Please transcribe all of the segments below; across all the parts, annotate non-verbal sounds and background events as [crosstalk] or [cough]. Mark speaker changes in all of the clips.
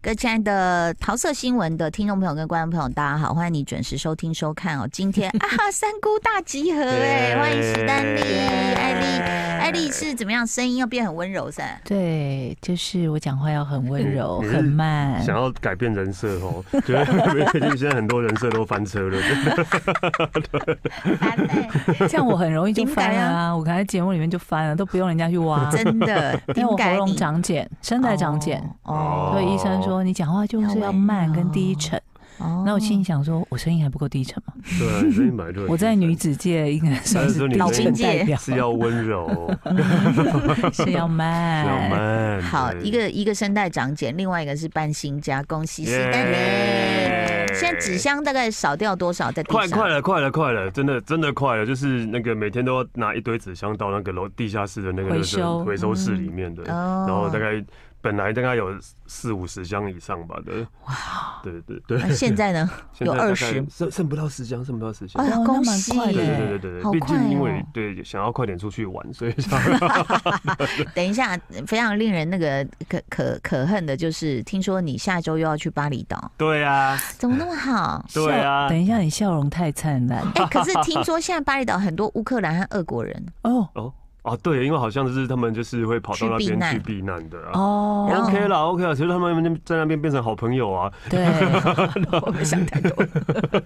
Speaker 1: 各位亲爱的桃色新闻的听众朋友跟观众朋友，大家好，欢迎你准时收听收看哦。今天啊，三姑大集
Speaker 2: [laughs]
Speaker 1: 合哎，欢迎史丹利哎，艾丽，艾丽是怎么样？声音要变很温柔
Speaker 3: [laughs]
Speaker 1: 噻？
Speaker 3: 对，就是我讲话要很温柔，
Speaker 2: 嗯
Speaker 3: 很慢。 [laughs]
Speaker 2: 想要改变人设哦， [laughs] 觉得最近现在很多人设都翻车了，真的
Speaker 1: 烦嘞，
Speaker 3: 这样我很容易就
Speaker 1: 敏感
Speaker 3: 翻了
Speaker 1: 啊
Speaker 3: 啊！我刚才节目里面就翻啊了，都不用人家去挖。
Speaker 1: [laughs] 真 [laughs] 的，
Speaker 3: [laughs] 因为
Speaker 1: 敏
Speaker 3: 我
Speaker 1: 感
Speaker 3: 喉咙
Speaker 1: 你
Speaker 3: 长茧，声带长茧，
Speaker 1: 哦
Speaker 3: 所以医生说你讲话就是要慢跟低沉。
Speaker 1: 哦
Speaker 3: 那我心里想说，我声音还不够低沉吗？
Speaker 2: 对，所以买对。
Speaker 3: [laughs] 我在女子界应该算是低
Speaker 2: 但是
Speaker 1: 你声
Speaker 2: 说
Speaker 3: 沉
Speaker 1: 音
Speaker 3: 代表，
Speaker 2: 是要温柔，
Speaker 3: 是要
Speaker 2: 是
Speaker 1: [laughs]
Speaker 2: 要
Speaker 3: 慢。
Speaker 2: 慢。
Speaker 1: 好，
Speaker 2: 对
Speaker 1: 一个一个声带长茧，另外一个是搬新家，恭喜史丹
Speaker 2: 耶
Speaker 1: 利！现在纸箱大概少掉多少在地
Speaker 2: 快
Speaker 1: 上？
Speaker 2: 快了，快了，快了！真的，真的快了，就是那个每天都要拿一堆纸箱到那个楼地下室的那个垃
Speaker 3: 回
Speaker 2: 圾
Speaker 3: 收嗯
Speaker 2: 回收室里面的，
Speaker 1: 哦
Speaker 2: 然后大概本来大概有四五十箱以上吧的。哇！对对对，
Speaker 1: 那啊现在呢？
Speaker 2: [laughs]
Speaker 1: 哎
Speaker 2: 现
Speaker 1: 有
Speaker 2: 在大概
Speaker 1: 20
Speaker 2: 剩剩不到十箱，剩不到十箱
Speaker 1: 哎。呀，
Speaker 3: 哦那
Speaker 1: 恭
Speaker 3: 蛮
Speaker 1: 喜！
Speaker 3: 快的
Speaker 2: 对
Speaker 3: 耶
Speaker 2: 对对对
Speaker 1: 好
Speaker 2: 对，毕
Speaker 1: 快哦
Speaker 2: 竟因为对想要快点出去玩，所以想
Speaker 1: 等一下，非常令人那个可可可恨的就是，听说你下周又要去巴厘岛，
Speaker 2: 对啊，？
Speaker 1: 怎么那么好
Speaker 3: [laughs]
Speaker 2: 对啊
Speaker 3: 笑等一下，你笑容太灿烂
Speaker 1: 哎、可是听说现在巴厘岛很多乌克兰和俄国
Speaker 3: [laughs]
Speaker 1: 人，
Speaker 3: 哦
Speaker 2: 哦哦，对，因为好像是他们就是会跑到
Speaker 1: 去
Speaker 2: 那
Speaker 1: 避
Speaker 2: 边
Speaker 1: 难
Speaker 2: 去避难的啊。
Speaker 3: 哦，
Speaker 1: 然后
Speaker 2: OK 啦，OK 啦，其实他们那在那边变成好朋友啊。 [laughs]
Speaker 3: 对，
Speaker 1: [laughs] 我们想太多。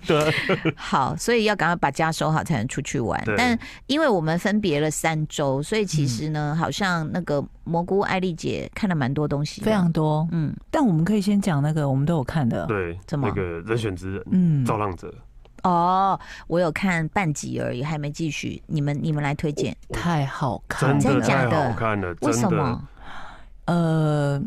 Speaker 1: 对，好，所以要赶快把家收好才能出去玩
Speaker 2: 对。
Speaker 1: 但因为我们分别了三周，所以其实呢，
Speaker 3: 嗯
Speaker 1: 好像那个蘑菇艾丽姐看了蛮多东西的，
Speaker 3: 非常多。
Speaker 1: 嗯，
Speaker 3: 但我们可以先讲那个我们都有看的，
Speaker 2: 对，
Speaker 1: 怎么
Speaker 2: 那个人选之人，
Speaker 3: 嗯，
Speaker 2: 造浪者，
Speaker 1: 哦，我有看半集而已，还没继续。你们你们来推荐，
Speaker 3: 太好
Speaker 2: 真
Speaker 3: 看了，
Speaker 1: 啊真
Speaker 2: 的
Speaker 1: 的假
Speaker 2: 太
Speaker 1: 的
Speaker 2: 好看了，
Speaker 1: 为
Speaker 2: 真
Speaker 1: 什
Speaker 2: 的。
Speaker 1: 么？
Speaker 3: 呃，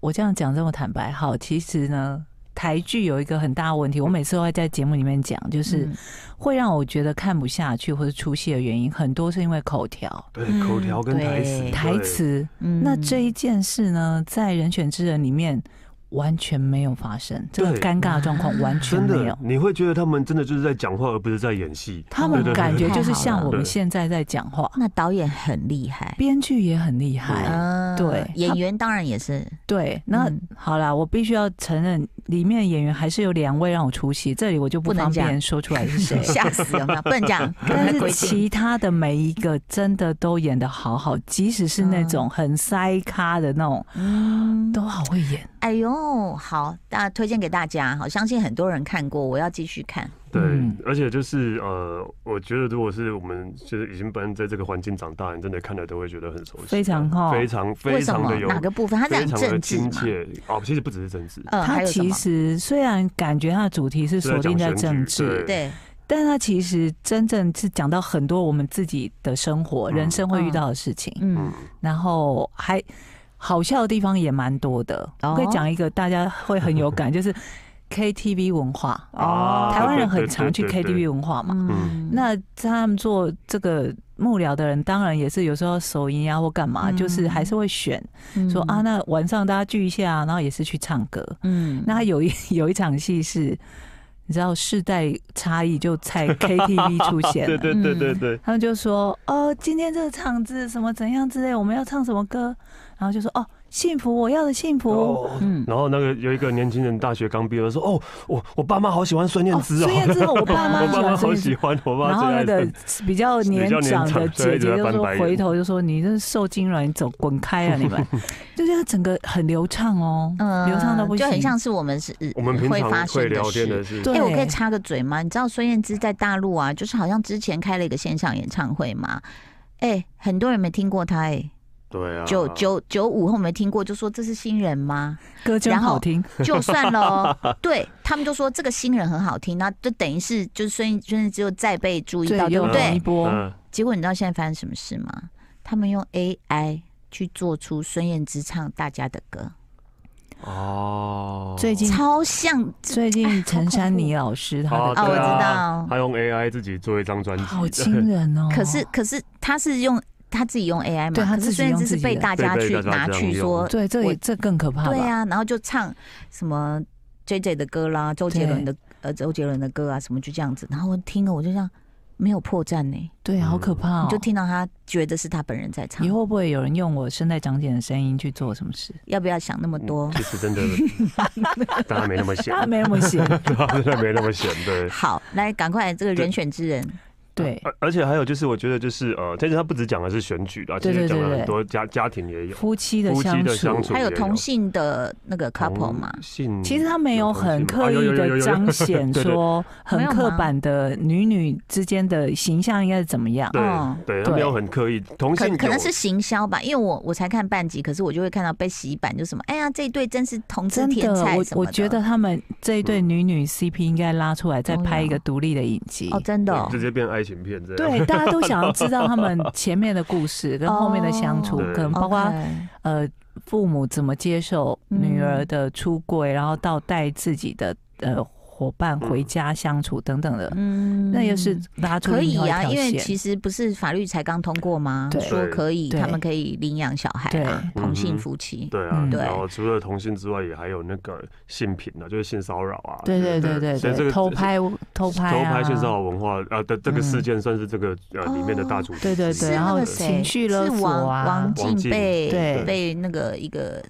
Speaker 3: 我这样讲这么坦白，好，其实呢，台剧有一个很大的问题，我每次都会在节目里面讲，就是
Speaker 1: 嗯
Speaker 3: 会让我觉得看不下去或者出戏的原因，很多是因为口条、
Speaker 2: 对，
Speaker 1: 嗯
Speaker 2: 口条跟
Speaker 1: 对
Speaker 2: 台词，对
Speaker 3: 台，词。
Speaker 1: 嗯
Speaker 3: 那这一件事呢，在《人选之人》里面完全没有发生，这个
Speaker 2: 对
Speaker 3: 尴尬的状
Speaker 1: 嗯
Speaker 3: 况完全
Speaker 2: 真
Speaker 3: 没
Speaker 2: 的
Speaker 3: 有，。
Speaker 2: 你会觉得他们真的就是在讲话，而不是在演戏。
Speaker 3: 他
Speaker 1: 对
Speaker 3: 们
Speaker 1: 对对
Speaker 3: 感觉
Speaker 1: 对
Speaker 3: 就是
Speaker 1: 太好
Speaker 3: 像
Speaker 1: 了
Speaker 3: 我们
Speaker 2: 对
Speaker 3: 现在在讲话，
Speaker 1: 那导演很厉害，
Speaker 3: 编剧也很厉害。
Speaker 1: 啊
Speaker 3: 对
Speaker 1: 演员当然也是，
Speaker 3: 对，那、
Speaker 1: 嗯
Speaker 3: 好啦，我必须要承认，里面演员还是有两位让我出戏，这里我就
Speaker 1: 不
Speaker 3: 不
Speaker 1: 能
Speaker 3: 方
Speaker 1: 讲
Speaker 3: 便说出来是
Speaker 1: [laughs]
Speaker 3: 谁。
Speaker 1: 吓死有没有？不能
Speaker 3: [laughs]
Speaker 1: 讲，赶
Speaker 3: 但
Speaker 1: 快
Speaker 3: 是
Speaker 1: 规定。
Speaker 3: 其他的每一个真的都演的好好，即使是那种很塞咖的那种，
Speaker 1: 嗯，
Speaker 3: 都好会演。
Speaker 1: 哎呦，好，大家推荐给大家，好，相信很多人看过，我要继续看。
Speaker 2: 对
Speaker 3: 嗯，
Speaker 2: 而且就是呃，我觉得如果是我们就是已经本身在这个环境长大，你真的看了都会觉得很熟悉，啊
Speaker 3: 非常哈
Speaker 2: 非常非
Speaker 1: 为什
Speaker 2: 常
Speaker 1: 么
Speaker 2: 的有
Speaker 1: 哪个部分？他在
Speaker 2: 非
Speaker 1: 讲
Speaker 2: 常的
Speaker 1: 政治
Speaker 2: 亲
Speaker 1: 嘛？
Speaker 2: 切哦，其实不只是政治，
Speaker 1: 啊呃，还
Speaker 3: 它
Speaker 1: 有什
Speaker 3: 其
Speaker 1: 么？
Speaker 3: 实虽然感觉它的主题是
Speaker 2: 是在
Speaker 3: 锁定
Speaker 2: 讲
Speaker 3: 在
Speaker 2: 选举
Speaker 3: 政治，
Speaker 2: 对
Speaker 1: 对，
Speaker 3: 但它其实真正是讲到很多我们自己的生活、
Speaker 2: 嗯
Speaker 3: 人生会遇到的事情，
Speaker 1: 嗯
Speaker 2: 嗯，
Speaker 3: 然后还好笑的地方也蛮多的。
Speaker 1: 哦
Speaker 3: 我可以讲一个大家会很
Speaker 2: [laughs]
Speaker 3: 有感，就是 KTV 文化，
Speaker 2: 哦
Speaker 3: 台湾人
Speaker 2: 对
Speaker 3: 很
Speaker 2: 对
Speaker 3: 常去
Speaker 2: 对对对
Speaker 3: KTV 文化嘛。
Speaker 2: 嗯
Speaker 3: 那他们做这个幕僚的人，当然也是有时候手淫啊或干嘛，
Speaker 1: 嗯
Speaker 3: 就是还是会选
Speaker 1: 嗯
Speaker 3: 说啊，，那晚上大家聚一下啊，然后也是去唱歌。
Speaker 1: 嗯
Speaker 3: 那有一 [laughs] 有一场戏是，你知道世代差异就
Speaker 2: [laughs]
Speaker 3: 在 KTV 出现
Speaker 2: 对
Speaker 3: 了。
Speaker 2: 对对对对，
Speaker 3: 他们就说哦，今天这个场子什么怎样之类，我们要唱什么歌，然后就说哦，幸福，我要的幸福。
Speaker 2: 哦。
Speaker 1: 嗯，
Speaker 2: 然后那个有一个年轻人，大学刚毕业的说：“哦，我我爸妈好喜欢孙燕
Speaker 3: 哦
Speaker 2: 姿哦，
Speaker 3: 孙燕
Speaker 2: [laughs]
Speaker 3: 姿，我爸妈
Speaker 2: 我
Speaker 3: 喜
Speaker 2: 爸妈
Speaker 3: 欢孙
Speaker 2: 好
Speaker 3: 燕姿
Speaker 2: 喜欢，我爸
Speaker 3: 然
Speaker 2: 妈
Speaker 3: 后
Speaker 2: 最
Speaker 3: 那
Speaker 2: 爱
Speaker 3: 个
Speaker 2: 孙。
Speaker 3: [laughs] 比较年长
Speaker 2: 比较
Speaker 3: 的
Speaker 2: 年长
Speaker 3: 姐
Speaker 2: 对一直
Speaker 3: 姐
Speaker 2: 在
Speaker 3: 就
Speaker 2: 翻
Speaker 3: 说
Speaker 2: 白眼
Speaker 3: 回头就说：“你这是受精卵，你走滚开啊！你们就觉得整个很流畅哦，
Speaker 1: 嗯
Speaker 3: 流畅到不行，
Speaker 1: 就很像是我们是呃
Speaker 2: 我们平
Speaker 1: 会发
Speaker 2: 常
Speaker 1: 生
Speaker 2: 会
Speaker 1: 的
Speaker 2: 聊天的
Speaker 1: 事。
Speaker 2: 是，
Speaker 3: 对
Speaker 1: 哎、我可以插个嘴吗？你知道孙燕姿在大陆啊，就是好像之前开了一个线上演唱会嘛，哎、很多人没听过她、哎，
Speaker 2: 对啊，
Speaker 1: 九九九五后没听过，就说这是新人吗？
Speaker 2: [laughs]
Speaker 3: 歌真
Speaker 1: 然后
Speaker 3: 好听。
Speaker 1: 就算了哦，对他们就说这个新人很好听，那就等于是就是孙孙燕姿又再被注意到，对
Speaker 3: 又
Speaker 1: 不
Speaker 3: 容一
Speaker 1: 对？
Speaker 3: 波，
Speaker 2: 嗯，
Speaker 1: 结果你知道现在发生什么事吗？他们用 AI 去做出孙燕姿唱大家的歌，
Speaker 2: 哦，
Speaker 3: 最近
Speaker 1: 超像
Speaker 3: 最近陈珊妮老师她
Speaker 2: 哦啊
Speaker 3: 的
Speaker 1: 啊，我
Speaker 2: 对
Speaker 1: 知
Speaker 2: 哦啊
Speaker 1: 道。
Speaker 2: 他用 AI 自己做一张专辑，[laughs]
Speaker 3: 好惊人哦，
Speaker 1: 可是可是他是用他自己用 AI 嘛，
Speaker 3: 对他
Speaker 1: 可是
Speaker 3: 自己
Speaker 1: 孙燕
Speaker 3: 用
Speaker 1: 姿是
Speaker 3: 自己
Speaker 1: 被
Speaker 3: 的
Speaker 1: 大家
Speaker 2: 被
Speaker 1: 去
Speaker 2: 被大家
Speaker 1: 拿
Speaker 2: 这样
Speaker 1: 去
Speaker 2: 用
Speaker 1: 说，
Speaker 3: 对，这
Speaker 1: 我
Speaker 3: 也这更可怕吧？
Speaker 1: 对啊，然后就唱什么 J J 的歌啦，周杰伦的呃周杰伦的歌啊，什么就这样子。然后我听了我就这样，没有破绽呢，
Speaker 3: 对，好可怕、哦！
Speaker 1: 你就听到他觉得是他本人在唱
Speaker 3: 以，后会不会有人用我声带长茧的声音去做什么事？
Speaker 1: 要不要想那么
Speaker 3: 嗯
Speaker 1: 多？
Speaker 2: 嗯其实真的，大家没那么闲
Speaker 3: 当，然没那么闲，
Speaker 2: 大家真的没那么闲，对。
Speaker 1: 好，来，赶快这个人选之人，
Speaker 3: 对，
Speaker 2: 啊而而且还有就是，我觉得就是呃，但是他不只讲的是选举啦，其
Speaker 3: 对对
Speaker 2: 实讲
Speaker 3: 对
Speaker 2: 了
Speaker 3: 对
Speaker 2: 很多家家庭 [laughs] 也有，
Speaker 3: 夫妻的
Speaker 2: 夫妻
Speaker 3: 相
Speaker 2: 的相
Speaker 3: 处
Speaker 2: 处。
Speaker 1: 还有
Speaker 2: 也
Speaker 1: 同性的那个 couple 嘛，
Speaker 2: 同性
Speaker 3: 其实他没有很刻
Speaker 2: 有同
Speaker 3: 意
Speaker 2: 性吗啊有有有有有
Speaker 3: 的
Speaker 2: 有
Speaker 3: 彰显
Speaker 2: [laughs] 对对
Speaker 3: 说很
Speaker 1: 没有吗
Speaker 3: 刻板的女女之间的形象应该是怎么样，
Speaker 2: 对
Speaker 1: 哦
Speaker 2: 对，他
Speaker 3: 对
Speaker 2: 没有很刻意，同
Speaker 1: 可
Speaker 2: 性
Speaker 1: 可
Speaker 2: 有
Speaker 1: 能是行销吧，因为我我才看半集，可是我就会看到被洗版，就什么，哎呀，这一对真是同志
Speaker 3: 真
Speaker 1: 天
Speaker 3: 的
Speaker 1: 才，
Speaker 3: 我
Speaker 1: 什么
Speaker 3: 我
Speaker 1: 的
Speaker 3: 觉得他们这一对女女 CP 应该拉出来，再
Speaker 1: 哦
Speaker 3: 拍一个独立的影集。
Speaker 1: 哦，真的哦、
Speaker 2: 直接变爱情片这样。
Speaker 3: 对，大家都想要知道他们前面的故事跟后面的
Speaker 2: [laughs]
Speaker 3: 相处，
Speaker 2: 哦
Speaker 3: 可能包括
Speaker 1: OK
Speaker 3: 呃父母怎么接受
Speaker 1: 嗯
Speaker 3: 女儿的出柜，然后到带自己的呃伙伴回家相处等等的，
Speaker 1: 嗯
Speaker 3: 那也是拉出
Speaker 1: 可以
Speaker 3: 另外一
Speaker 1: 啊，
Speaker 3: 条
Speaker 1: 因为
Speaker 3: 线
Speaker 1: 其实不是法律才刚通过吗？
Speaker 3: 对
Speaker 1: 说可以，
Speaker 3: 对
Speaker 1: 他们可以领养小孩啊，
Speaker 2: 对
Speaker 1: 同性
Speaker 2: 嗯哼
Speaker 1: 夫妻。
Speaker 2: [laughs] 对啊
Speaker 3: 嗯，
Speaker 1: 对
Speaker 2: 然后除了同性之外，也还有那个性平啊，就是性骚扰啊。
Speaker 3: 对对
Speaker 2: 就是
Speaker 3: 对对
Speaker 2: 所以这
Speaker 3: 对，
Speaker 2: 个
Speaker 3: 偷拍偷拍
Speaker 2: 偷
Speaker 3: 啊嗯
Speaker 2: 拍性骚扰文化啊的这个事件，算是这个呃里面的大主题之
Speaker 3: 哦对
Speaker 2: 一。
Speaker 3: 对
Speaker 1: 是
Speaker 3: 对，然
Speaker 1: 那
Speaker 3: 后
Speaker 1: 个谁
Speaker 3: 情绪勒
Speaker 1: 是
Speaker 3: 索
Speaker 1: 王
Speaker 3: 啊
Speaker 1: 王，
Speaker 2: 王
Speaker 1: 静
Speaker 2: 静
Speaker 1: 被
Speaker 3: 对
Speaker 1: 被那个一个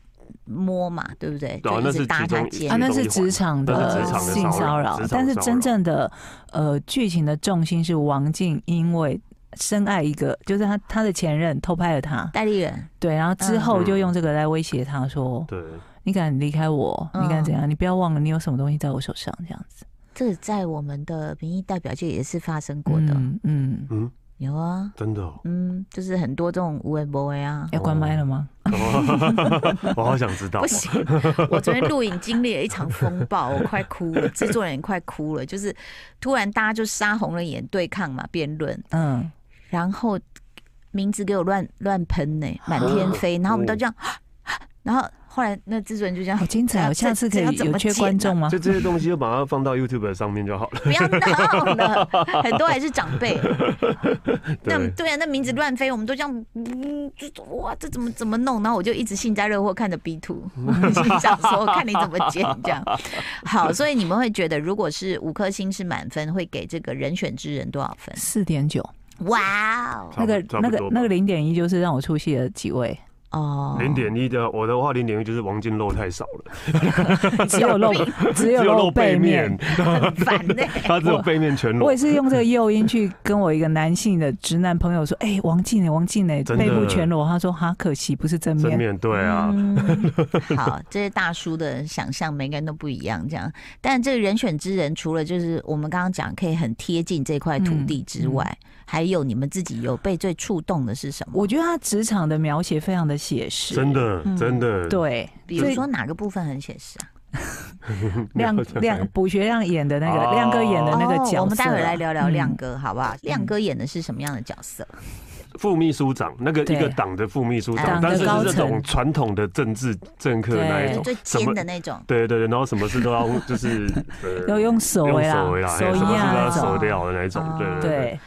Speaker 1: 摸嘛，对不对？
Speaker 2: 对啊
Speaker 1: 就一
Speaker 2: 那
Speaker 1: 直
Speaker 2: 是
Speaker 1: 打
Speaker 2: 其
Speaker 1: 他
Speaker 2: 中一
Speaker 1: 肩
Speaker 3: 啊，那
Speaker 2: 其中
Speaker 3: 是
Speaker 2: 一
Speaker 3: 职
Speaker 2: 环
Speaker 3: 场
Speaker 2: 那
Speaker 1: 是
Speaker 3: 的
Speaker 1: 职场的
Speaker 3: 性
Speaker 1: 骚
Speaker 3: 骚
Speaker 2: 扰
Speaker 3: 扰
Speaker 2: 职，场
Speaker 3: 但是
Speaker 2: 骚
Speaker 3: 真
Speaker 2: 扰
Speaker 3: 正的呃剧情的重心是王静因为深爱一个，就是他他的前任偷拍了他，
Speaker 1: 代理人，
Speaker 3: 对，然后之
Speaker 1: 嗯
Speaker 3: 后就用这个来威胁他说，
Speaker 2: 对，
Speaker 3: 你敢离开我，你敢怎样？
Speaker 1: 嗯
Speaker 3: 你不要忘了你有什么东西在我手上，这样子。
Speaker 1: 这在我们的民意代表界也是发生过的，
Speaker 3: 嗯嗯，
Speaker 2: 嗯，
Speaker 1: 有啊。
Speaker 2: 真的哦。 [laughs]
Speaker 1: 嗯，就是很多这种无为不为啊，
Speaker 3: 要关麦了吗？
Speaker 2: 我好想知道
Speaker 1: 不。行，我昨天录影经历了一场风暴，我快哭了，制作人也快哭了，就是突然大家就杀红了眼对抗嘛，辩论，
Speaker 3: 嗯，
Speaker 1: 然后名字给我乱乱喷呢，满天飞，然后我们都这样，然后后来那制作人就这样
Speaker 3: 好，精彩哦！
Speaker 1: 啊这
Speaker 3: 下次可
Speaker 1: 这要
Speaker 3: 以
Speaker 1: 怎
Speaker 3: 有
Speaker 1: 么
Speaker 3: 缺
Speaker 1: 剪
Speaker 3: 观
Speaker 1: 啊
Speaker 3: 众吗？
Speaker 2: 就 [laughs] 这些东西，就把它放到 YouTube 上面就好了。
Speaker 1: 不要闹 [laughs] 了，很多还是长辈，那
Speaker 2: 对，
Speaker 1: 对啊，那名字乱飞，我们都这样，嗯，就哇，这怎么怎么弄？然后我就一直幸灾乐祸看着 B [laughs] two，心想说看你怎么剪这样。好，所以你们会觉得，如果是五颗星是满分，会给这个人选之人多少分？
Speaker 3: 四点九，
Speaker 1: [laughs] 哇哦，
Speaker 2: 差不
Speaker 3: 那个
Speaker 2: 差
Speaker 3: 那
Speaker 2: 不
Speaker 3: 个
Speaker 2: 多吧
Speaker 3: 那个零点一就是让我出戏的几
Speaker 2: [laughs]
Speaker 3: 位，
Speaker 1: 哦，
Speaker 2: 零点一的，我的话零点一就是王静肉太少了，
Speaker 3: 只
Speaker 2: [laughs]
Speaker 3: 有露只有
Speaker 2: 只有
Speaker 3: 露
Speaker 2: 露
Speaker 3: 背
Speaker 2: 背 [laughs]
Speaker 3: 面
Speaker 2: 面。，
Speaker 1: 很烦欸呢、
Speaker 2: 他只有
Speaker 3: 我
Speaker 2: 背面全裸
Speaker 3: 我也。是用这个诱因去跟我一个男性的直男朋友说：“哎、王静呢？王静呢？
Speaker 2: 真的
Speaker 3: 背部全裸。”他说：“哈，可惜不是正
Speaker 2: 正
Speaker 3: 面。
Speaker 2: 面对啊，
Speaker 1: 嗯，好，这是大叔的想象，每个人都不一样，这样。但这个人选之人，除了就是我们刚刚讲可以很贴近这块土地之外，还有你们自己有被最触动的是什么？
Speaker 3: 我觉得他职场的描写非常的写实，
Speaker 2: 真的
Speaker 3: 嗯
Speaker 2: 真的。 [laughs]
Speaker 3: 对，
Speaker 1: 比如说哪个部分很写实啊？
Speaker 3: 亮亮卜学亮演的那个
Speaker 2: 哦
Speaker 3: 亮哥演的那个角色，啊
Speaker 1: 我们待会来聊聊
Speaker 3: 嗯
Speaker 1: 亮哥，好不好？亮哥演的是什么样的角色？
Speaker 2: 副秘书长，那个
Speaker 3: 对
Speaker 2: 一个党的副秘书
Speaker 3: 党
Speaker 2: 长，
Speaker 3: 的
Speaker 2: 但是是
Speaker 3: 高
Speaker 2: 这
Speaker 3: 层
Speaker 2: 种传统的政治政客那
Speaker 3: 对
Speaker 2: 一
Speaker 1: 就
Speaker 2: 种
Speaker 1: 最，
Speaker 2: 哎什
Speaker 1: 尖
Speaker 2: 么
Speaker 1: 的那种。
Speaker 2: 对对对，然后什么事都要就是
Speaker 3: [laughs]
Speaker 2: 呃
Speaker 3: 要用手
Speaker 2: 用
Speaker 3: 围啦
Speaker 2: 手围，啦，嘿
Speaker 3: 手
Speaker 2: 什
Speaker 3: 一
Speaker 2: 么
Speaker 3: 样
Speaker 2: 事都
Speaker 3: 那
Speaker 2: 要
Speaker 3: 种
Speaker 2: 手，掉的那一种
Speaker 1: 哦，
Speaker 2: 对对
Speaker 3: 对，
Speaker 2: 对。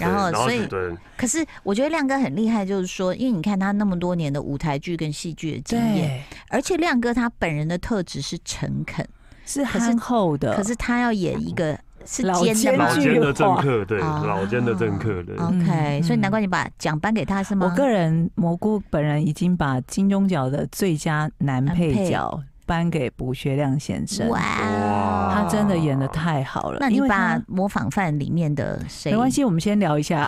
Speaker 1: 然后，所
Speaker 2: 是
Speaker 1: 以，
Speaker 2: 对
Speaker 1: 可是我觉得亮哥很厉害，就是说，因为你看他那么多年的舞台剧跟戏剧的经验，
Speaker 3: 对，
Speaker 1: 而且亮哥他本人的特质是诚恳，
Speaker 3: 是
Speaker 1: 可是
Speaker 3: 憨厚的，
Speaker 1: 可是他要演一个是
Speaker 3: 老
Speaker 1: 奸的
Speaker 3: 奸
Speaker 1: 吗
Speaker 2: 老奸的政
Speaker 3: 话啊
Speaker 2: 客，对
Speaker 1: 哦
Speaker 2: 老奸的政客，对。
Speaker 1: ？OK，、
Speaker 3: 嗯
Speaker 1: 所以难怪你把奖颁给他是吗？
Speaker 3: 我个人蘑菇本人已经把金钟奖的最佳男配角颁给卜学亮先生，
Speaker 1: 哇，
Speaker 3: 他真的演的太好了。
Speaker 1: 那你
Speaker 3: 因为
Speaker 1: 把
Speaker 3: 他
Speaker 1: 《模仿犯》里面的谁？
Speaker 3: 没关，系，我们先聊
Speaker 1: [laughs]
Speaker 3: 一下，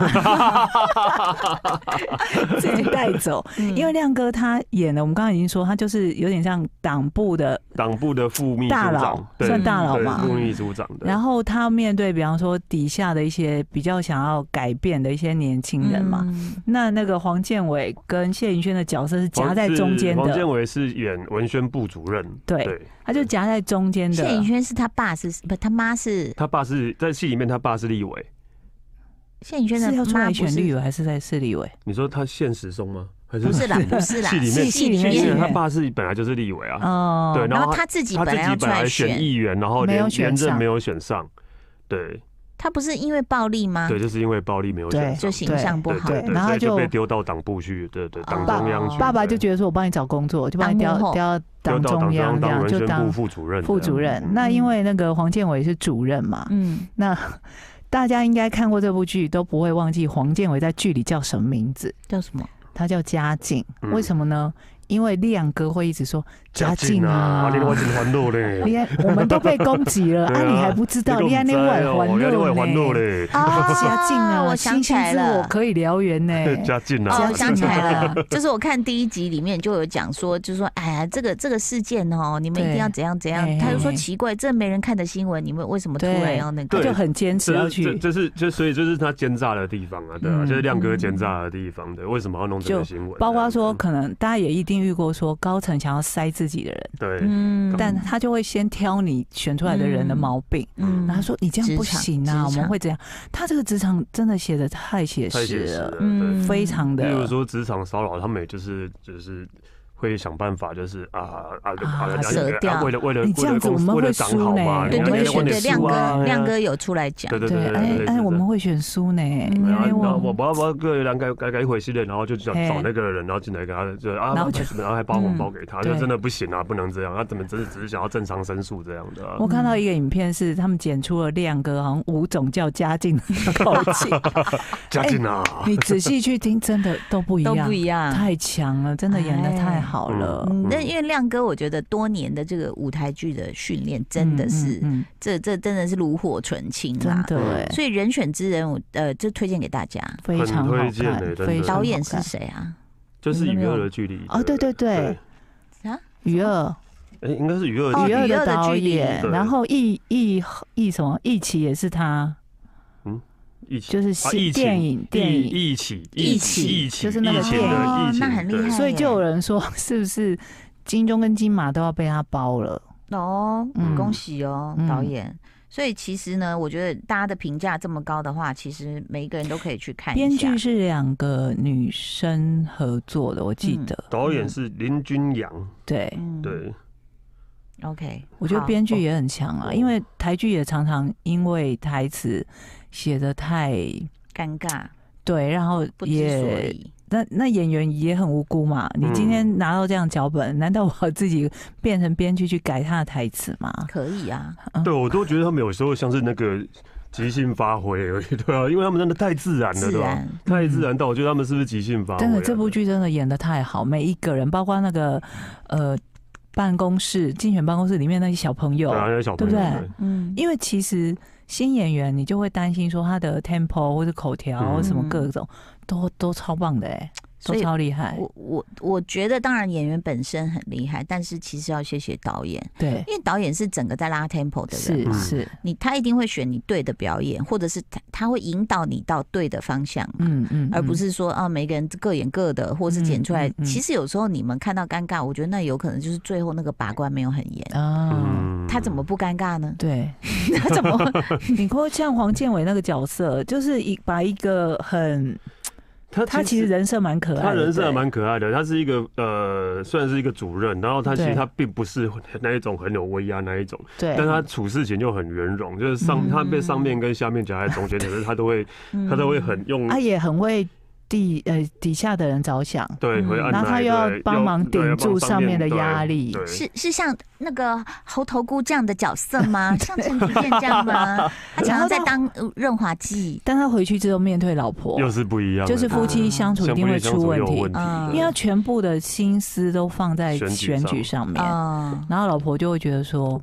Speaker 3: 自己带走。
Speaker 1: 嗯
Speaker 3: 因为亮哥他演的，我们刚刚已经说，他就是有点像党部的，
Speaker 2: 党部的副秘书
Speaker 3: 大佬
Speaker 2: 长，对
Speaker 3: 算大佬
Speaker 2: 对
Speaker 3: 嘛
Speaker 2: 副秘书长的。
Speaker 3: 然后他面对比方说底下的一些比较想要改变的一些年轻人嘛。
Speaker 1: 嗯
Speaker 3: 那那个黄建伟跟谢颖轩的角色是夹在中间
Speaker 2: 黄建
Speaker 3: 的，
Speaker 2: 伟是演文宣部主任，
Speaker 3: 对
Speaker 2: 对，
Speaker 3: 他就夹在中间
Speaker 1: 谢颖
Speaker 3: 的。
Speaker 1: 轩是他爸是不？他妈是
Speaker 2: 他爸是在戏里面，他爸是立委。
Speaker 1: 谢颖轩的
Speaker 3: 是要出
Speaker 1: 妈
Speaker 3: 来
Speaker 1: 不
Speaker 3: 选立
Speaker 1: 是？
Speaker 3: 委还是在市立委？
Speaker 2: 你说他现实中吗？还是
Speaker 1: 不是
Speaker 2: [laughs]
Speaker 1: 啦，不是啦，
Speaker 2: 戏里面
Speaker 1: 是
Speaker 3: 戏里面
Speaker 2: 因为
Speaker 3: 是
Speaker 2: 他爸是本来就是立委啊，
Speaker 3: 哦，
Speaker 2: 对
Speaker 1: 然
Speaker 2: 然
Speaker 1: 后
Speaker 2: 后
Speaker 1: 他自己
Speaker 2: 他
Speaker 1: 本
Speaker 2: 自
Speaker 1: 来要
Speaker 2: 己
Speaker 1: 出
Speaker 2: 本
Speaker 1: 来
Speaker 2: 来选
Speaker 1: 选，
Speaker 2: 议员，然后
Speaker 3: 没有
Speaker 2: 连
Speaker 3: 选
Speaker 2: 连任
Speaker 3: 上
Speaker 2: 没有选上，对
Speaker 1: 他不是因为暴力吗？
Speaker 2: 对，就是因为暴力没有
Speaker 3: 啊对
Speaker 2: 选
Speaker 1: 就
Speaker 2: 上，
Speaker 1: 形象不
Speaker 2: 对
Speaker 1: 好。
Speaker 2: 对
Speaker 3: 然
Speaker 2: 对，
Speaker 3: 后
Speaker 2: 所以
Speaker 3: 就啊
Speaker 2: 就被丢到党部去，对对，党
Speaker 1: 爸
Speaker 2: 中央去，
Speaker 3: 爸爸就
Speaker 2: 对
Speaker 3: 觉得说我帮你找工作，我就帮你
Speaker 1: 当幕
Speaker 3: 调
Speaker 1: 后
Speaker 3: 调
Speaker 2: 丢
Speaker 3: 党
Speaker 2: 到党
Speaker 3: 中
Speaker 2: 中央
Speaker 3: 央这
Speaker 2: 当
Speaker 3: 样，
Speaker 2: 文
Speaker 3: 就
Speaker 2: 宣部
Speaker 3: 当
Speaker 2: 副主任这样，
Speaker 3: 副主任。
Speaker 2: 嗯
Speaker 3: 那因为那个黄建伟是主任嘛， [laughs]
Speaker 1: 嗯，
Speaker 3: 那大家应该看过这部剧，都不会忘记黄建伟在剧里叫什么名字，
Speaker 1: 叫什么？
Speaker 3: 他叫嘉靖。
Speaker 2: 嗯
Speaker 3: 为什么呢？因为亮哥会一直说嘉靖
Speaker 2: 啊，
Speaker 3: 啊
Speaker 2: 你，都我真还路嘞，
Speaker 3: 你看我们都被攻击了，
Speaker 2: 对
Speaker 3: 啊，
Speaker 2: 啊
Speaker 3: 你还不知道，
Speaker 2: 哦你
Speaker 3: 你还
Speaker 2: 还
Speaker 3: 那外环
Speaker 2: 外环路
Speaker 3: 路呢？啊
Speaker 2: 嘞，
Speaker 3: 嘉靖啊，
Speaker 1: 哦我想
Speaker 3: 星
Speaker 1: 起
Speaker 3: 星
Speaker 1: 来
Speaker 3: 之火
Speaker 1: 了。
Speaker 3: 可以燎原呢。
Speaker 2: 加进
Speaker 1: 哦，
Speaker 2: 啊
Speaker 1: 我，想起来
Speaker 2: [laughs]
Speaker 1: 了， [laughs] 就是我看第一集里面就有讲说，就是说，哎呀，这个这个事件哦，你们一定要怎样怎样
Speaker 3: 对。
Speaker 1: 他就说
Speaker 3: 嘿嘿
Speaker 1: 奇怪，这没人看的新闻，你们为什么突然要那
Speaker 3: 他
Speaker 1: 个？
Speaker 2: 对
Speaker 3: 就很坚持
Speaker 2: 这这
Speaker 3: 要去，
Speaker 2: 这是这所以这是他奸诈的地方啊，对啊，
Speaker 3: 嗯
Speaker 2: 就是亮哥奸诈的地方，对，为什么要弄这个新闻？啊嗯
Speaker 3: 包括说可能大家也一定遇过说高层想要塞自己的人，
Speaker 2: 对，
Speaker 1: 嗯
Speaker 3: 但他就会先挑你选出来的人的毛病，
Speaker 1: 嗯
Speaker 3: 然后说你这样不行
Speaker 1: 职场
Speaker 3: 啊，我
Speaker 1: 职场
Speaker 3: 们会这样。他这个职场真的写的太写
Speaker 2: 太
Speaker 3: 实
Speaker 2: 写实了，
Speaker 3: 了，
Speaker 2: 对。
Speaker 3: 非常
Speaker 2: 例如
Speaker 3: 啊嗯的。
Speaker 2: 说职场骚扰，他们也就是就是会想办法，就是啊啊
Speaker 3: 啊
Speaker 2: 啊，
Speaker 1: 舍掉
Speaker 2: 啊为了为了
Speaker 3: 你这
Speaker 2: 为
Speaker 3: 样
Speaker 2: 了
Speaker 3: 子
Speaker 2: 公
Speaker 3: 我们
Speaker 2: 为了
Speaker 3: 会
Speaker 2: 长
Speaker 3: 输
Speaker 2: 好
Speaker 3: 呢
Speaker 2: 嘛，
Speaker 1: 对
Speaker 3: 我
Speaker 2: 你
Speaker 1: 对
Speaker 2: 为
Speaker 3: 们也
Speaker 2: 了
Speaker 1: 对
Speaker 2: 问你
Speaker 1: 对，亮
Speaker 2: 输啊
Speaker 1: 哥
Speaker 2: 对
Speaker 1: 亮
Speaker 2: 啊
Speaker 1: 哥有出来讲
Speaker 2: 对，对对
Speaker 3: 对，哎
Speaker 2: 对嗯
Speaker 3: 哎，我们
Speaker 2: 会。
Speaker 3: 会选输呢，因
Speaker 2: 然后，
Speaker 3: 为
Speaker 2: 然后我
Speaker 3: 我
Speaker 2: 不要不要个人改改改回系列，然后就找
Speaker 3: 嘿
Speaker 2: 找那个人，然后进来给他，就啊，
Speaker 3: 然后就
Speaker 2: 然后还包红包给他，
Speaker 3: 嗯
Speaker 2: 就
Speaker 3: 对
Speaker 2: 真的不行啊，不能这样，他怎么真的只是想要正常申诉这样的啊？
Speaker 3: 我看到一个影片是他们剪出了亮哥好像五种叫嘉靖的口
Speaker 2: [laughs]
Speaker 3: 气，
Speaker 2: 嘉靖啊，
Speaker 3: 你仔细去听，真的都不一
Speaker 1: 都
Speaker 3: 样，
Speaker 1: 不一样。哎
Speaker 3: 太强了，真的演的太好了，
Speaker 1: 嗯，那
Speaker 2: 嗯
Speaker 1: 因为亮哥，我觉得多年的这个舞台剧的训练，真的是、
Speaker 3: 嗯嗯
Speaker 1: 这这真的是炉火纯青
Speaker 3: 嗯真
Speaker 1: 啦。
Speaker 3: 的哎，
Speaker 1: 所以人选之人，我呃，就推荐给大家。
Speaker 3: 非常好
Speaker 2: 很推荐欸
Speaker 3: 看，
Speaker 2: 真的
Speaker 3: 非常好看
Speaker 1: 导演是谁啊？
Speaker 2: 就是与恶的距离
Speaker 3: 哦对对对
Speaker 1: 啊，
Speaker 3: 余二，
Speaker 2: 哎，应该是与恶的
Speaker 1: 哦
Speaker 2: 距离
Speaker 3: 余二
Speaker 1: 余二
Speaker 3: 的
Speaker 1: 的
Speaker 3: 导
Speaker 1: 距离
Speaker 3: 演，
Speaker 2: 对
Speaker 3: 然后易易易什么易奇也是
Speaker 2: 啊
Speaker 3: 他，
Speaker 2: 一起，
Speaker 3: 就是
Speaker 2: 啊疫
Speaker 3: 戏
Speaker 2: 情
Speaker 3: 电影电影，
Speaker 2: 一起
Speaker 1: 疫情
Speaker 2: 一起，
Speaker 3: 就是那个
Speaker 2: 疫情
Speaker 3: 电影
Speaker 2: 的疫
Speaker 1: 哦
Speaker 2: 情，
Speaker 1: 那很厉
Speaker 2: 对
Speaker 1: 害
Speaker 3: 所以就有人说是不是金钟跟金马都要被他包了？
Speaker 1: 哦，
Speaker 3: 嗯
Speaker 1: 恭喜哦，
Speaker 3: 嗯
Speaker 1: 导演。所以其实呢，我觉得大家的评价这么高的话，其实每一个人都可以去看
Speaker 3: 编
Speaker 1: 一下
Speaker 3: 剧。是两个女生合作的，我记
Speaker 1: 嗯
Speaker 3: 得。
Speaker 2: 导演是林君阳，
Speaker 3: 对，
Speaker 1: 嗯，
Speaker 2: 对，
Speaker 1: ，OK，
Speaker 3: 我觉得
Speaker 1: 好
Speaker 3: 编剧也很强啊，
Speaker 2: 哦
Speaker 3: 因为台剧也常常因为台词写的太
Speaker 1: 尴尬，
Speaker 3: 对，然后
Speaker 1: 不知所
Speaker 3: 也
Speaker 1: 以。
Speaker 3: 那那演员也很无辜嘛。你今天拿到这样脚本，难道我要自己变成编剧去改他的台词吗？
Speaker 1: 可以 [laughs] 啊，
Speaker 2: 对我都觉得他们有时候像是那个即兴发挥而已，对啊，因为他们真的太自然了，
Speaker 1: 自
Speaker 2: 对吧？
Speaker 1: 然。
Speaker 2: 太自然到我觉得他们是不是即兴发挥啊？
Speaker 3: 真的，这部剧真的演的太好，每一个人，包括那个呃办公室竞选办公室里面那些小朋友
Speaker 2: 对，啊，那些小
Speaker 3: 对
Speaker 2: 朋
Speaker 3: 不
Speaker 2: 友，
Speaker 3: 对
Speaker 2: 对
Speaker 1: 嗯，
Speaker 3: 因为其实新演员你就会担心说他的 tempo 或者口条
Speaker 2: 嗯
Speaker 3: 或什么各种、都都超棒的哎、
Speaker 1: 所
Speaker 3: 都
Speaker 1: 以
Speaker 3: 超厉害，
Speaker 1: 我我我觉得，当然演员本身很厉害，但是其实要谢谢导演，
Speaker 3: 对，
Speaker 1: 因为导演是整个在拉 tempo 的人
Speaker 3: 是
Speaker 1: 嘛，
Speaker 3: 是，
Speaker 1: 你他一定会选你对的表演，或者是他他会引导你到对的方向嘛。
Speaker 3: 嗯嗯，
Speaker 1: 而不
Speaker 3: 嗯
Speaker 1: 是说啊，每个人各演各的，或是剪出来。
Speaker 3: 嗯嗯嗯
Speaker 1: 其实有时候你们看到尴尬，我觉得那有可能就是最后那个把关没有很严。
Speaker 3: 啊。
Speaker 2: 嗯
Speaker 1: 他怎么不尴尬呢？ [laughs]
Speaker 3: 对，
Speaker 1: 他怎么
Speaker 2: [laughs]
Speaker 1: 会？
Speaker 3: 你看像黄建伟那个角色，就是一把一个很
Speaker 2: 他
Speaker 3: 他其实人设蛮可爱的，
Speaker 2: 他人设还
Speaker 3: 对
Speaker 2: 蛮可爱的，他是一个呃，虽然是一个主任，然后他其实
Speaker 3: 对
Speaker 2: 他并不是那一种很有威压那一种，
Speaker 3: 对，
Speaker 2: 但他处事情就很圆融，就是上、
Speaker 3: 嗯
Speaker 2: 他被上面跟下面夹在中间，可是他都
Speaker 3: [laughs]
Speaker 2: 会
Speaker 1: 嗯
Speaker 2: 他都会很用、
Speaker 3: 他也很为地呃底下的人着想，
Speaker 2: 对，
Speaker 1: 嗯
Speaker 2: 会按
Speaker 3: 然后他又要帮忙顶住上面的压
Speaker 2: 力，
Speaker 3: 力
Speaker 2: 对，
Speaker 1: 是是像那个猴头菇这样的角色吗？像陈菊健这样吗？
Speaker 2: [laughs]
Speaker 1: 他常常在当呃润滑剂。
Speaker 3: 但他回去之后面对老婆，
Speaker 2: 又是不一样的，
Speaker 3: 就是夫妻相处一
Speaker 2: 相
Speaker 3: 定
Speaker 2: 不
Speaker 3: 会
Speaker 2: 相
Speaker 3: 出
Speaker 2: 处又
Speaker 3: 问
Speaker 2: 有
Speaker 3: 题
Speaker 2: 问，题
Speaker 1: 嗯，
Speaker 2: 对
Speaker 3: 因为他全部的心思都放在
Speaker 2: 选举
Speaker 3: 选举上面，
Speaker 1: 啊，
Speaker 3: 然后老婆就会觉得说。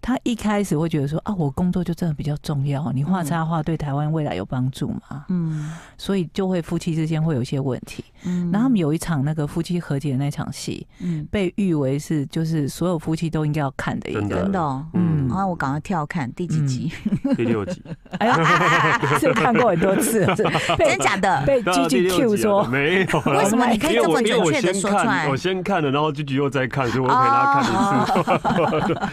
Speaker 3: 他一开始会觉得说啊，我工作就真的比较重要，你画
Speaker 1: 嗯
Speaker 3: 插画对台湾未来有帮助吗？
Speaker 1: 嗯
Speaker 3: 所以就会夫妻之间会有一些问题。
Speaker 1: 嗯
Speaker 3: 然后他们有一场那个夫妻和解的那场戏，
Speaker 1: 嗯，
Speaker 3: 被誉为是就是所有夫妻都应该要看的一
Speaker 2: 真
Speaker 3: 个
Speaker 2: 的
Speaker 1: 真的哦。
Speaker 3: 嗯
Speaker 1: 啊，我赶快跳看第
Speaker 2: 嗯
Speaker 1: 几
Speaker 2: [laughs]
Speaker 1: 集？
Speaker 2: 第六
Speaker 3: [laughs]
Speaker 2: 集，
Speaker 3: 哎呀， [laughs] 啊啊啊是看过很多次，
Speaker 2: [laughs]
Speaker 3: 是被
Speaker 1: 真假的？
Speaker 3: 被
Speaker 2: 对啊第
Speaker 3: G G
Speaker 2: 六
Speaker 3: Q
Speaker 2: 集啊
Speaker 3: 说，
Speaker 2: 没有啊？
Speaker 1: 为什么你可以
Speaker 2: 因为
Speaker 1: 这
Speaker 2: 我
Speaker 1: 么
Speaker 2: 因为
Speaker 1: 准
Speaker 2: 我
Speaker 1: 确的
Speaker 2: 先
Speaker 1: 说出来
Speaker 2: 看，我？先看了，然后句句又在看，所以我陪他看一次，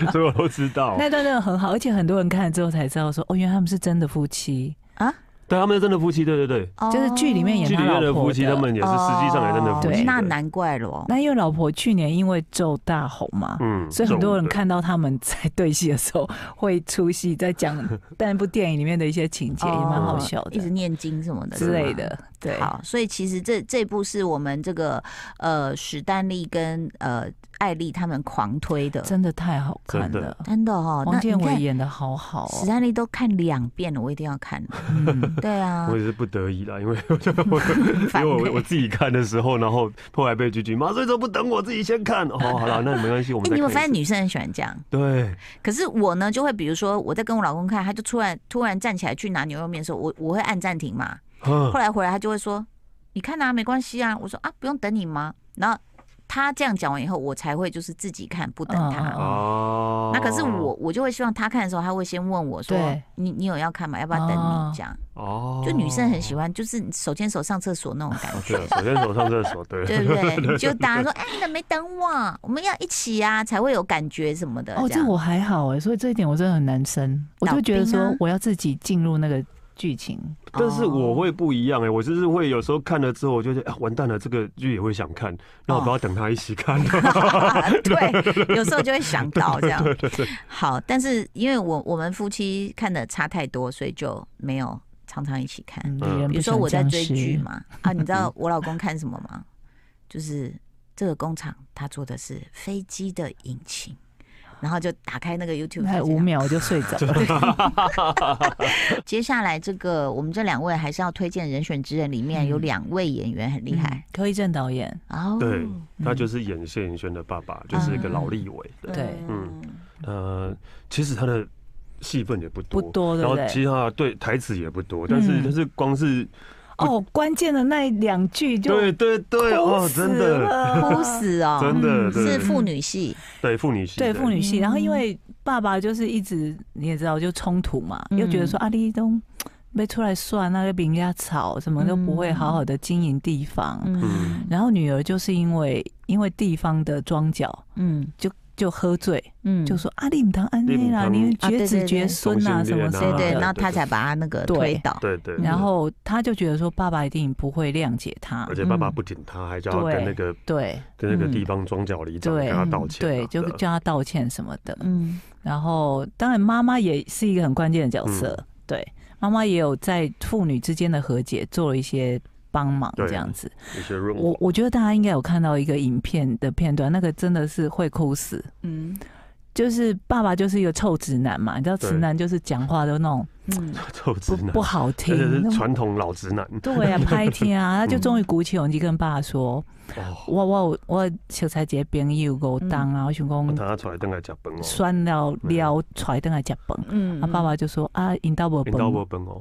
Speaker 1: 哦
Speaker 2: [laughs] 所以我都知道。
Speaker 3: 那段真的很好，而且很多人看了之后才知道说，哦，原来他们是真的夫妻
Speaker 1: 啊。
Speaker 2: 对，他们是真的夫妻，对对对，
Speaker 3: 就是剧里面演
Speaker 2: 剧里
Speaker 3: 他
Speaker 2: 面的
Speaker 3: 老
Speaker 2: 夫
Speaker 3: 婆
Speaker 2: 妻，他们也是实际上也真的
Speaker 1: 哦
Speaker 2: 夫妻。
Speaker 1: 那
Speaker 2: 对
Speaker 1: 难怪咯。
Speaker 3: 那因为老婆去年因为咒大红嘛，
Speaker 2: 嗯
Speaker 3: 所以很多
Speaker 2: 这
Speaker 3: 人
Speaker 2: 种对
Speaker 3: 看到他们在对戏的时候会出戏，在讲 [laughs] 那部电影里面的一些情节，也蛮好
Speaker 1: 哦
Speaker 3: 笑
Speaker 1: 一直
Speaker 3: 的
Speaker 1: 念经什么的
Speaker 3: 之类。的。对，
Speaker 1: 好，所以其实这这部是我们这个呃史丹利跟呃艾丽他们狂推的，
Speaker 3: 真的太好
Speaker 2: 真
Speaker 3: 看
Speaker 2: 的
Speaker 3: 了。
Speaker 1: 真的哦。那
Speaker 3: 王
Speaker 1: 你
Speaker 3: 建伟
Speaker 1: 看
Speaker 3: 演的好好
Speaker 1: 史
Speaker 3: 哦，
Speaker 1: 丹利都看两遍了，我一定要看。
Speaker 3: [laughs] 嗯，
Speaker 1: 对啊
Speaker 2: 我，也是不得已啦，因为我就我因
Speaker 1: [laughs] 反
Speaker 2: 为我
Speaker 1: 对
Speaker 2: 我自己看的时候，然后后来被拒绝，马上说不等我自己先看。哦，好了，那没关系，我
Speaker 1: 哎、
Speaker 2: 们再
Speaker 1: 你们发
Speaker 2: 看
Speaker 1: 现
Speaker 2: 一次。
Speaker 1: 女生很喜欢这样，
Speaker 2: 对，
Speaker 1: 可是我呢就会，比如说我在跟我老公看，他就突然突然站起来去拿牛肉面的时候，我我会按暂停嘛。
Speaker 2: 嗯
Speaker 1: 后来回来他就会说：“你看啊，没关系啊。”我说：“啊，不用等你吗？”然后他这样讲完以后，我才会就是自己看，不等他。
Speaker 3: 嗯
Speaker 2: 哦，
Speaker 1: 那可是我，我就会希望他看的时候，他会先问我说
Speaker 3: 对：“
Speaker 1: 你你有要看吗？要不要等
Speaker 3: 哦
Speaker 1: 你？”这样，
Speaker 2: 哦，
Speaker 1: 就女生很喜欢，就是手牵手上厕所那种感
Speaker 2: 哦。
Speaker 1: 觉
Speaker 2: 对，，
Speaker 3: [laughs]
Speaker 2: 首先手上厕所，
Speaker 1: [laughs]
Speaker 2: 对，
Speaker 1: 对不对？就大家说：“哎，你怎么没等我？我们要一起啊，才会有感觉什么的。”
Speaker 3: 哦，
Speaker 1: 嗯
Speaker 3: 这
Speaker 1: 样
Speaker 3: 我还好哎，所以这一点我真的很难生，我
Speaker 1: 老
Speaker 3: 就觉得
Speaker 1: 兵啊
Speaker 3: 说我要自己进入那个剧情，
Speaker 2: 但是我会不一样哎、我就是会有时候看了之后，我就觉得啊，完蛋了，这个剧也会想看，那我不要等他一起
Speaker 1: [laughs]
Speaker 2: 看。
Speaker 3: 哦
Speaker 1: 对，有时候就会想到这
Speaker 3: [laughs]
Speaker 1: 样。好，但是因为我我们夫妻看的差太多，所以就没有常常一起看。
Speaker 3: 嗯，
Speaker 2: 嗯
Speaker 3: 敌人
Speaker 1: 比
Speaker 3: 不
Speaker 1: 如说
Speaker 3: 想
Speaker 1: 我在
Speaker 3: 僵嗯
Speaker 1: 追
Speaker 3: 尸
Speaker 1: 剧，嘛，啊，你知道我老公看什么吗？就是这个工厂他做的是飞机的引擎，然后就打开那个 YouTube，
Speaker 3: 还
Speaker 1: 他
Speaker 3: 有
Speaker 1: 这
Speaker 3: 五
Speaker 1: 样
Speaker 3: 秒我就睡着了。
Speaker 1: 接下来这个我们这两位还是要推荐《人选之人》里面有
Speaker 3: 嗯
Speaker 1: 两位演员很 [laughs] 厉害
Speaker 3: 嗯，柯一正导演，
Speaker 1: 哦，
Speaker 2: 对， [laughs] 他就是是演谢颖轩的爸
Speaker 3: 嗯
Speaker 2: 爸，就是一个老立委的。
Speaker 3: 对
Speaker 2: 嗯，呃，其实他的戏份也不多，
Speaker 3: 不多对
Speaker 2: 然后
Speaker 3: 不对
Speaker 2: 其他对台词也不多，但是
Speaker 3: 嗯
Speaker 2: 但是光是
Speaker 3: 哦，关键的那两句就
Speaker 2: 对对对哦，真的
Speaker 1: 哭
Speaker 3: 哭
Speaker 2: [laughs]
Speaker 3: 死了。
Speaker 1: 死哦，
Speaker 2: 真的
Speaker 3: 嗯
Speaker 1: 是
Speaker 2: 对
Speaker 1: 妇女戏，
Speaker 2: 对妇女戏
Speaker 3: 对妇女戏，
Speaker 1: 嗯
Speaker 3: 然后因为爸爸就是一直你也知道就冲突嘛，
Speaker 1: 嗯
Speaker 3: 又觉得说阿立东被出来算，那个比人家吵，什么都不会好好的经营地方。
Speaker 1: 嗯
Speaker 3: 然后女儿就是因为因为地方的庄脚
Speaker 1: 嗯
Speaker 3: 就喝醉，
Speaker 1: 嗯，
Speaker 3: 就说阿立唔当安内啦，
Speaker 2: 你
Speaker 3: 你
Speaker 2: 唔
Speaker 1: 当
Speaker 3: 绝
Speaker 1: 啊对
Speaker 3: 子
Speaker 1: 对对
Speaker 3: 绝孙啊
Speaker 2: 同
Speaker 3: 什
Speaker 2: 性恋
Speaker 3: 么
Speaker 2: 啊
Speaker 3: 什
Speaker 1: 对
Speaker 3: 么
Speaker 1: 对，
Speaker 2: 啊
Speaker 1: 然后
Speaker 3: 的。
Speaker 1: 他才把他那个推倒，
Speaker 2: 对对，对
Speaker 3: 然后他就觉得说爸爸一定不会谅解他
Speaker 2: 而，且爸爸不顶他，还叫他
Speaker 3: 对
Speaker 2: 跟那个
Speaker 3: 嗯对
Speaker 2: 跟那个
Speaker 3: 嗯
Speaker 2: 地方庄脚里长
Speaker 3: 对
Speaker 2: 跟他道歉啊，
Speaker 3: 对，就
Speaker 2: 啊
Speaker 3: 叫他道歉什么的。
Speaker 1: 嗯
Speaker 3: 然后，当然妈妈也是一个很关键的角色，
Speaker 2: 嗯
Speaker 3: 对，妈妈也有在父女之间的和解做了一些帮忙，
Speaker 2: 对
Speaker 3: 这样子。
Speaker 2: 一些润
Speaker 3: 我
Speaker 2: 滑，
Speaker 3: 我觉得大家应该有看到一个影片的片段，那个真的是会哭死。
Speaker 1: 嗯
Speaker 3: 就是爸爸就是一个臭直男嘛，你知道
Speaker 2: 对
Speaker 3: 直男就是讲话都那种
Speaker 1: 嗯，
Speaker 2: [laughs] 臭直
Speaker 3: 不
Speaker 2: 男
Speaker 3: 不，好
Speaker 2: [laughs]
Speaker 3: 听
Speaker 2: 而且，
Speaker 3: 那
Speaker 2: 是
Speaker 3: 种
Speaker 2: 传统老直男
Speaker 3: 对啊，拍天啊，他就终于鼓起勇气跟爸说：“
Speaker 2: [laughs] 哦，
Speaker 3: 我我有我小才姐朋友我当啊，我想
Speaker 2: 嗯我
Speaker 3: 讲
Speaker 2: 他出来等来吃饭哦，
Speaker 3: 酸了了，揣等来食饭。”
Speaker 1: 嗯，
Speaker 3: 他爸爸就说：“啊，引导我
Speaker 2: 引到我本哦。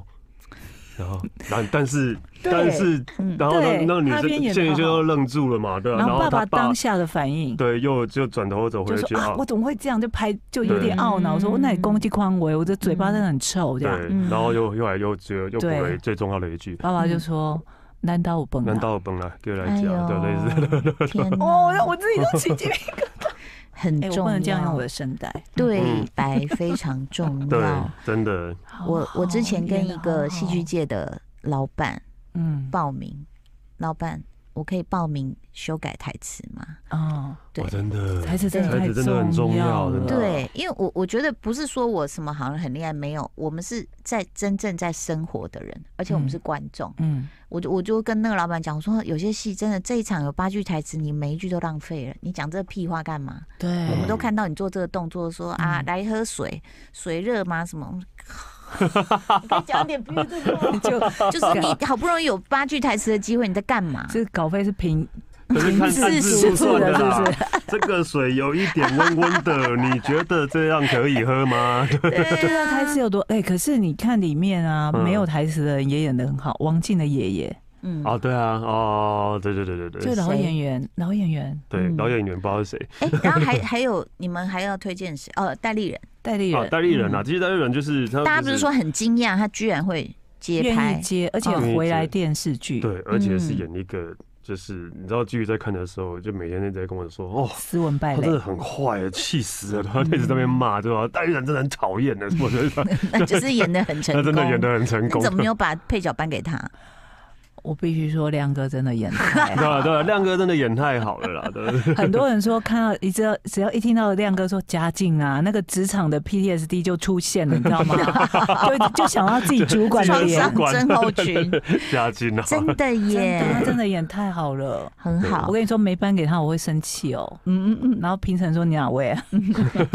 Speaker 2: 然后，但但是，
Speaker 3: [laughs] 对
Speaker 2: 但是，
Speaker 1: 嗯
Speaker 2: 然后那
Speaker 3: 对
Speaker 2: 那女
Speaker 3: 他
Speaker 2: 生
Speaker 3: 边演得
Speaker 2: 现在
Speaker 3: 好
Speaker 2: 就愣住了嘛，对啊，
Speaker 3: 然
Speaker 2: 后
Speaker 3: 后爸
Speaker 2: 他
Speaker 3: 爸当下的反应
Speaker 2: 对又就转头走回
Speaker 3: 就
Speaker 2: 去哦
Speaker 3: 说啊，我怎么会这样？就拍就有点
Speaker 1: 对
Speaker 3: 懊恼，说
Speaker 1: 嗯
Speaker 3: 那你攻击匡威，我这嘴巴真的很臭这
Speaker 2: 对
Speaker 3: 样。，
Speaker 1: 嗯
Speaker 2: 然后又又来又又又补
Speaker 3: 对嗯
Speaker 2: 了最重要的一句，
Speaker 3: 爸爸就说：难道我崩
Speaker 2: 难
Speaker 3: 了？
Speaker 2: 道本来就来
Speaker 1: 哎
Speaker 2: 讲，
Speaker 1: 呦，
Speaker 2: 对类似，
Speaker 1: 天哪，
Speaker 3: 哦，那我自己都起鸡皮。
Speaker 1: [laughs] 很
Speaker 3: 哎，
Speaker 1: 重要，
Speaker 3: 我不能这样用我的声带。
Speaker 1: 对
Speaker 2: 嗯
Speaker 1: [laughs] 白非常重
Speaker 2: [laughs] 对
Speaker 1: 要。，
Speaker 2: 真的，
Speaker 1: 我我之前跟一个戏剧
Speaker 3: 好哦
Speaker 1: 界的老板
Speaker 3: 好嗯
Speaker 1: 报名，老板，我可以报名修改台词吗？
Speaker 3: 哦，
Speaker 1: 对
Speaker 2: 我真的
Speaker 3: 台词真的
Speaker 2: 台
Speaker 3: 太
Speaker 2: 词真的很重要
Speaker 3: 了
Speaker 2: 真的
Speaker 1: 对，因为我我觉得不是说我什么好像很厉害，没有，我们是在真正在生活的人，而且我们是观众。
Speaker 3: 嗯，
Speaker 1: 我就我就跟那个老板讲，我说有些戏真的这一场有八句台词，你每一句都浪费了，你讲这屁话干嘛？
Speaker 3: 对，
Speaker 1: 我们都
Speaker 2: 嗯
Speaker 1: 看到你做这个动作说，啊，
Speaker 3: 嗯
Speaker 1: 来喝水，水热吗？什么？ [laughs] 你可以讲点别的吗
Speaker 3: [laughs] 就
Speaker 1: 就是你好不容易有八句台词的机会，你在干嘛？
Speaker 3: 这稿费是平
Speaker 2: 可是看
Speaker 3: 字
Speaker 2: 看
Speaker 3: 数
Speaker 2: 字数算的
Speaker 3: 的，是
Speaker 2: 啦
Speaker 3: 不。是？
Speaker 2: 这个水有一点温温的，你觉得这样可以喝吗？
Speaker 1: 对啊
Speaker 3: 那台词有多？哎，可是你看里面啊，
Speaker 2: 嗯
Speaker 3: 没有台词的人也演的很好，王静的爷爷。
Speaker 1: 嗯，
Speaker 2: 哦，对啊，哦，对对对对对，
Speaker 3: 就老
Speaker 1: 谁
Speaker 3: 演员，老演员，
Speaker 2: 对，然
Speaker 3: 嗯
Speaker 2: 后演员不知道是谁，
Speaker 1: 哎，然后还还有你们还要推荐谁？哦，戴立人，
Speaker 3: 代理
Speaker 2: 啊，
Speaker 3: 人，
Speaker 2: 戴立人啊，
Speaker 3: 嗯，
Speaker 2: 其实戴立人哦就是他，
Speaker 1: 大家不是说很惊讶他居然会接
Speaker 3: 愿意
Speaker 1: 拍？
Speaker 2: 啊
Speaker 3: 接，而且
Speaker 1: 嗯
Speaker 3: 回来电视剧，
Speaker 2: 对，而且是
Speaker 1: 嗯
Speaker 2: 演一个就是你知道，继续在看的时候，就每天在跟我说，哦，
Speaker 3: 斯文败
Speaker 2: 他真
Speaker 3: 类
Speaker 2: 的，很坏，气死了，他
Speaker 1: 嗯
Speaker 2: 一直在那边骂，对吧？代理人真的很讨
Speaker 1: [laughs]
Speaker 2: 厌的，我觉得他
Speaker 1: 那就是演的很成
Speaker 2: [laughs] 他
Speaker 1: 功。
Speaker 2: 真的演的很成
Speaker 1: 你
Speaker 2: 功。
Speaker 1: 怎么没有把配角颁给他？
Speaker 3: 我必须说亮哥真的演得太
Speaker 2: 对 [laughs]
Speaker 3: 好。 [laughs]
Speaker 2: 啊对啊，
Speaker 1: [laughs]
Speaker 2: 亮哥真的演太好了啦，对 [laughs]
Speaker 3: 很多人说看到一只要只要一听到亮哥说家境啊，那个职场的 PTSD 就出现了，你知道
Speaker 2: [laughs]
Speaker 3: 吗？就就想到自己主管的
Speaker 1: 创
Speaker 3: 脸，
Speaker 1: 伤症候群，
Speaker 2: 嘉金啊，
Speaker 1: 真的
Speaker 3: 真的他啊
Speaker 1: 耶，
Speaker 3: 真的演太好了。
Speaker 1: 很好
Speaker 3: 我。跟你说，没颁给他我会生气哦。
Speaker 1: 嗯嗯嗯。
Speaker 3: 然后评审说你
Speaker 2: [laughs]
Speaker 3: 哪位啊？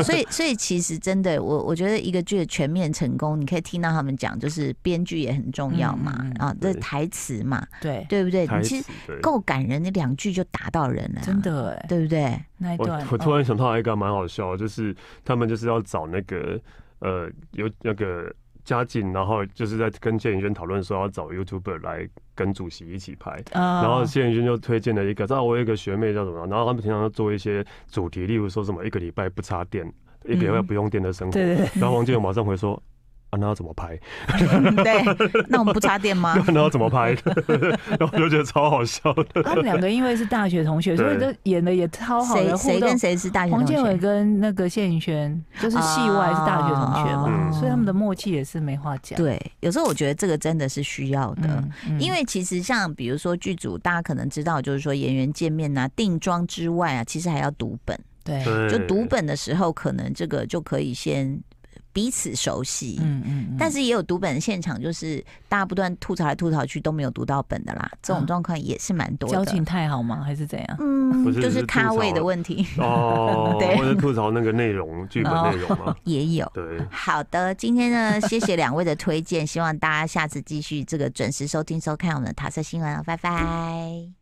Speaker 1: 所以，所以其实真的，我我觉得一个剧的全面成功，你可以听到他们讲，就是编剧也很重要嘛，
Speaker 3: 嗯嗯嗯
Speaker 1: 啊，这
Speaker 2: 对
Speaker 1: 台词嘛，
Speaker 3: 对，
Speaker 1: 对不对？
Speaker 2: [laughs] 台
Speaker 1: 你其
Speaker 2: 词
Speaker 1: 实
Speaker 2: 对。
Speaker 1: 够感人，那两句就打到人了啊、
Speaker 3: 真的哎，
Speaker 1: 对不
Speaker 3: [laughs]
Speaker 1: 对？
Speaker 3: 那一
Speaker 2: 我
Speaker 3: 段
Speaker 2: 我突
Speaker 3: 哦
Speaker 2: 然想到一个蛮好笑的，就是他们就是要找那个呃有那个嘉靖，然后就是在跟谢颖轩讨论说要找 YouTuber 来跟主席一起拍。
Speaker 3: 啊
Speaker 2: 然后谢颖轩就推荐了一个，知道我有一个学妹叫什么，然后他们平常都做一些主题，例如说什么一个礼拜不插电，一个礼拜
Speaker 3: 嗯
Speaker 2: 不用电的生活。
Speaker 3: 对对对，
Speaker 2: 然后王健勇马上回说：“啊，那要怎么拍？”
Speaker 1: 嗯对，那我们不插电
Speaker 2: [laughs]
Speaker 1: 吗？
Speaker 2: 然后怎么拍的，然后我就觉得超好笑的。
Speaker 3: 他们两个因为是大学同学，所以都
Speaker 2: 对
Speaker 3: 演的也超好
Speaker 1: 谁
Speaker 3: 的互
Speaker 1: 谁
Speaker 3: 动
Speaker 1: 跟。谁是大学
Speaker 3: 黄
Speaker 1: 啊同
Speaker 3: 建伟
Speaker 1: 学？啊
Speaker 3: 跟那个谢颖轩就是戏外是大学同学嘛，
Speaker 2: 嗯
Speaker 3: 所以他们的默契也是没话讲。
Speaker 1: 哦嗯对，有时候我觉得这个真的是需要的。
Speaker 3: 嗯，嗯
Speaker 1: 因为其实像比如说剧组，大家可能知道，就是说演员见面啊、定妆之外啊，其实还要读本。
Speaker 3: 对，
Speaker 2: 对
Speaker 1: 哎就读，本的时候，可能这个就可以先彼此熟悉。
Speaker 3: 嗯嗯，
Speaker 1: 但是也有读本的现场，就是大家不断吐槽来吐槽去都没有读到本的啦，这种
Speaker 3: 啊
Speaker 1: 状况也是蛮多
Speaker 3: 交情
Speaker 1: 的。
Speaker 3: 太好吗？还是怎样？
Speaker 1: 嗯
Speaker 2: 不，是
Speaker 1: 就是是
Speaker 2: 吐
Speaker 1: 咖位
Speaker 2: 槽
Speaker 1: 的问题
Speaker 2: 哦，
Speaker 1: 对
Speaker 2: 或者吐槽那个内容、剧本内容嘛。
Speaker 1: 也有。
Speaker 2: 对，
Speaker 1: 好的，今天呢，谢谢两位的推荐，希望大家下次继续这个准时收听收看我们的塔色新闻哦，拜拜。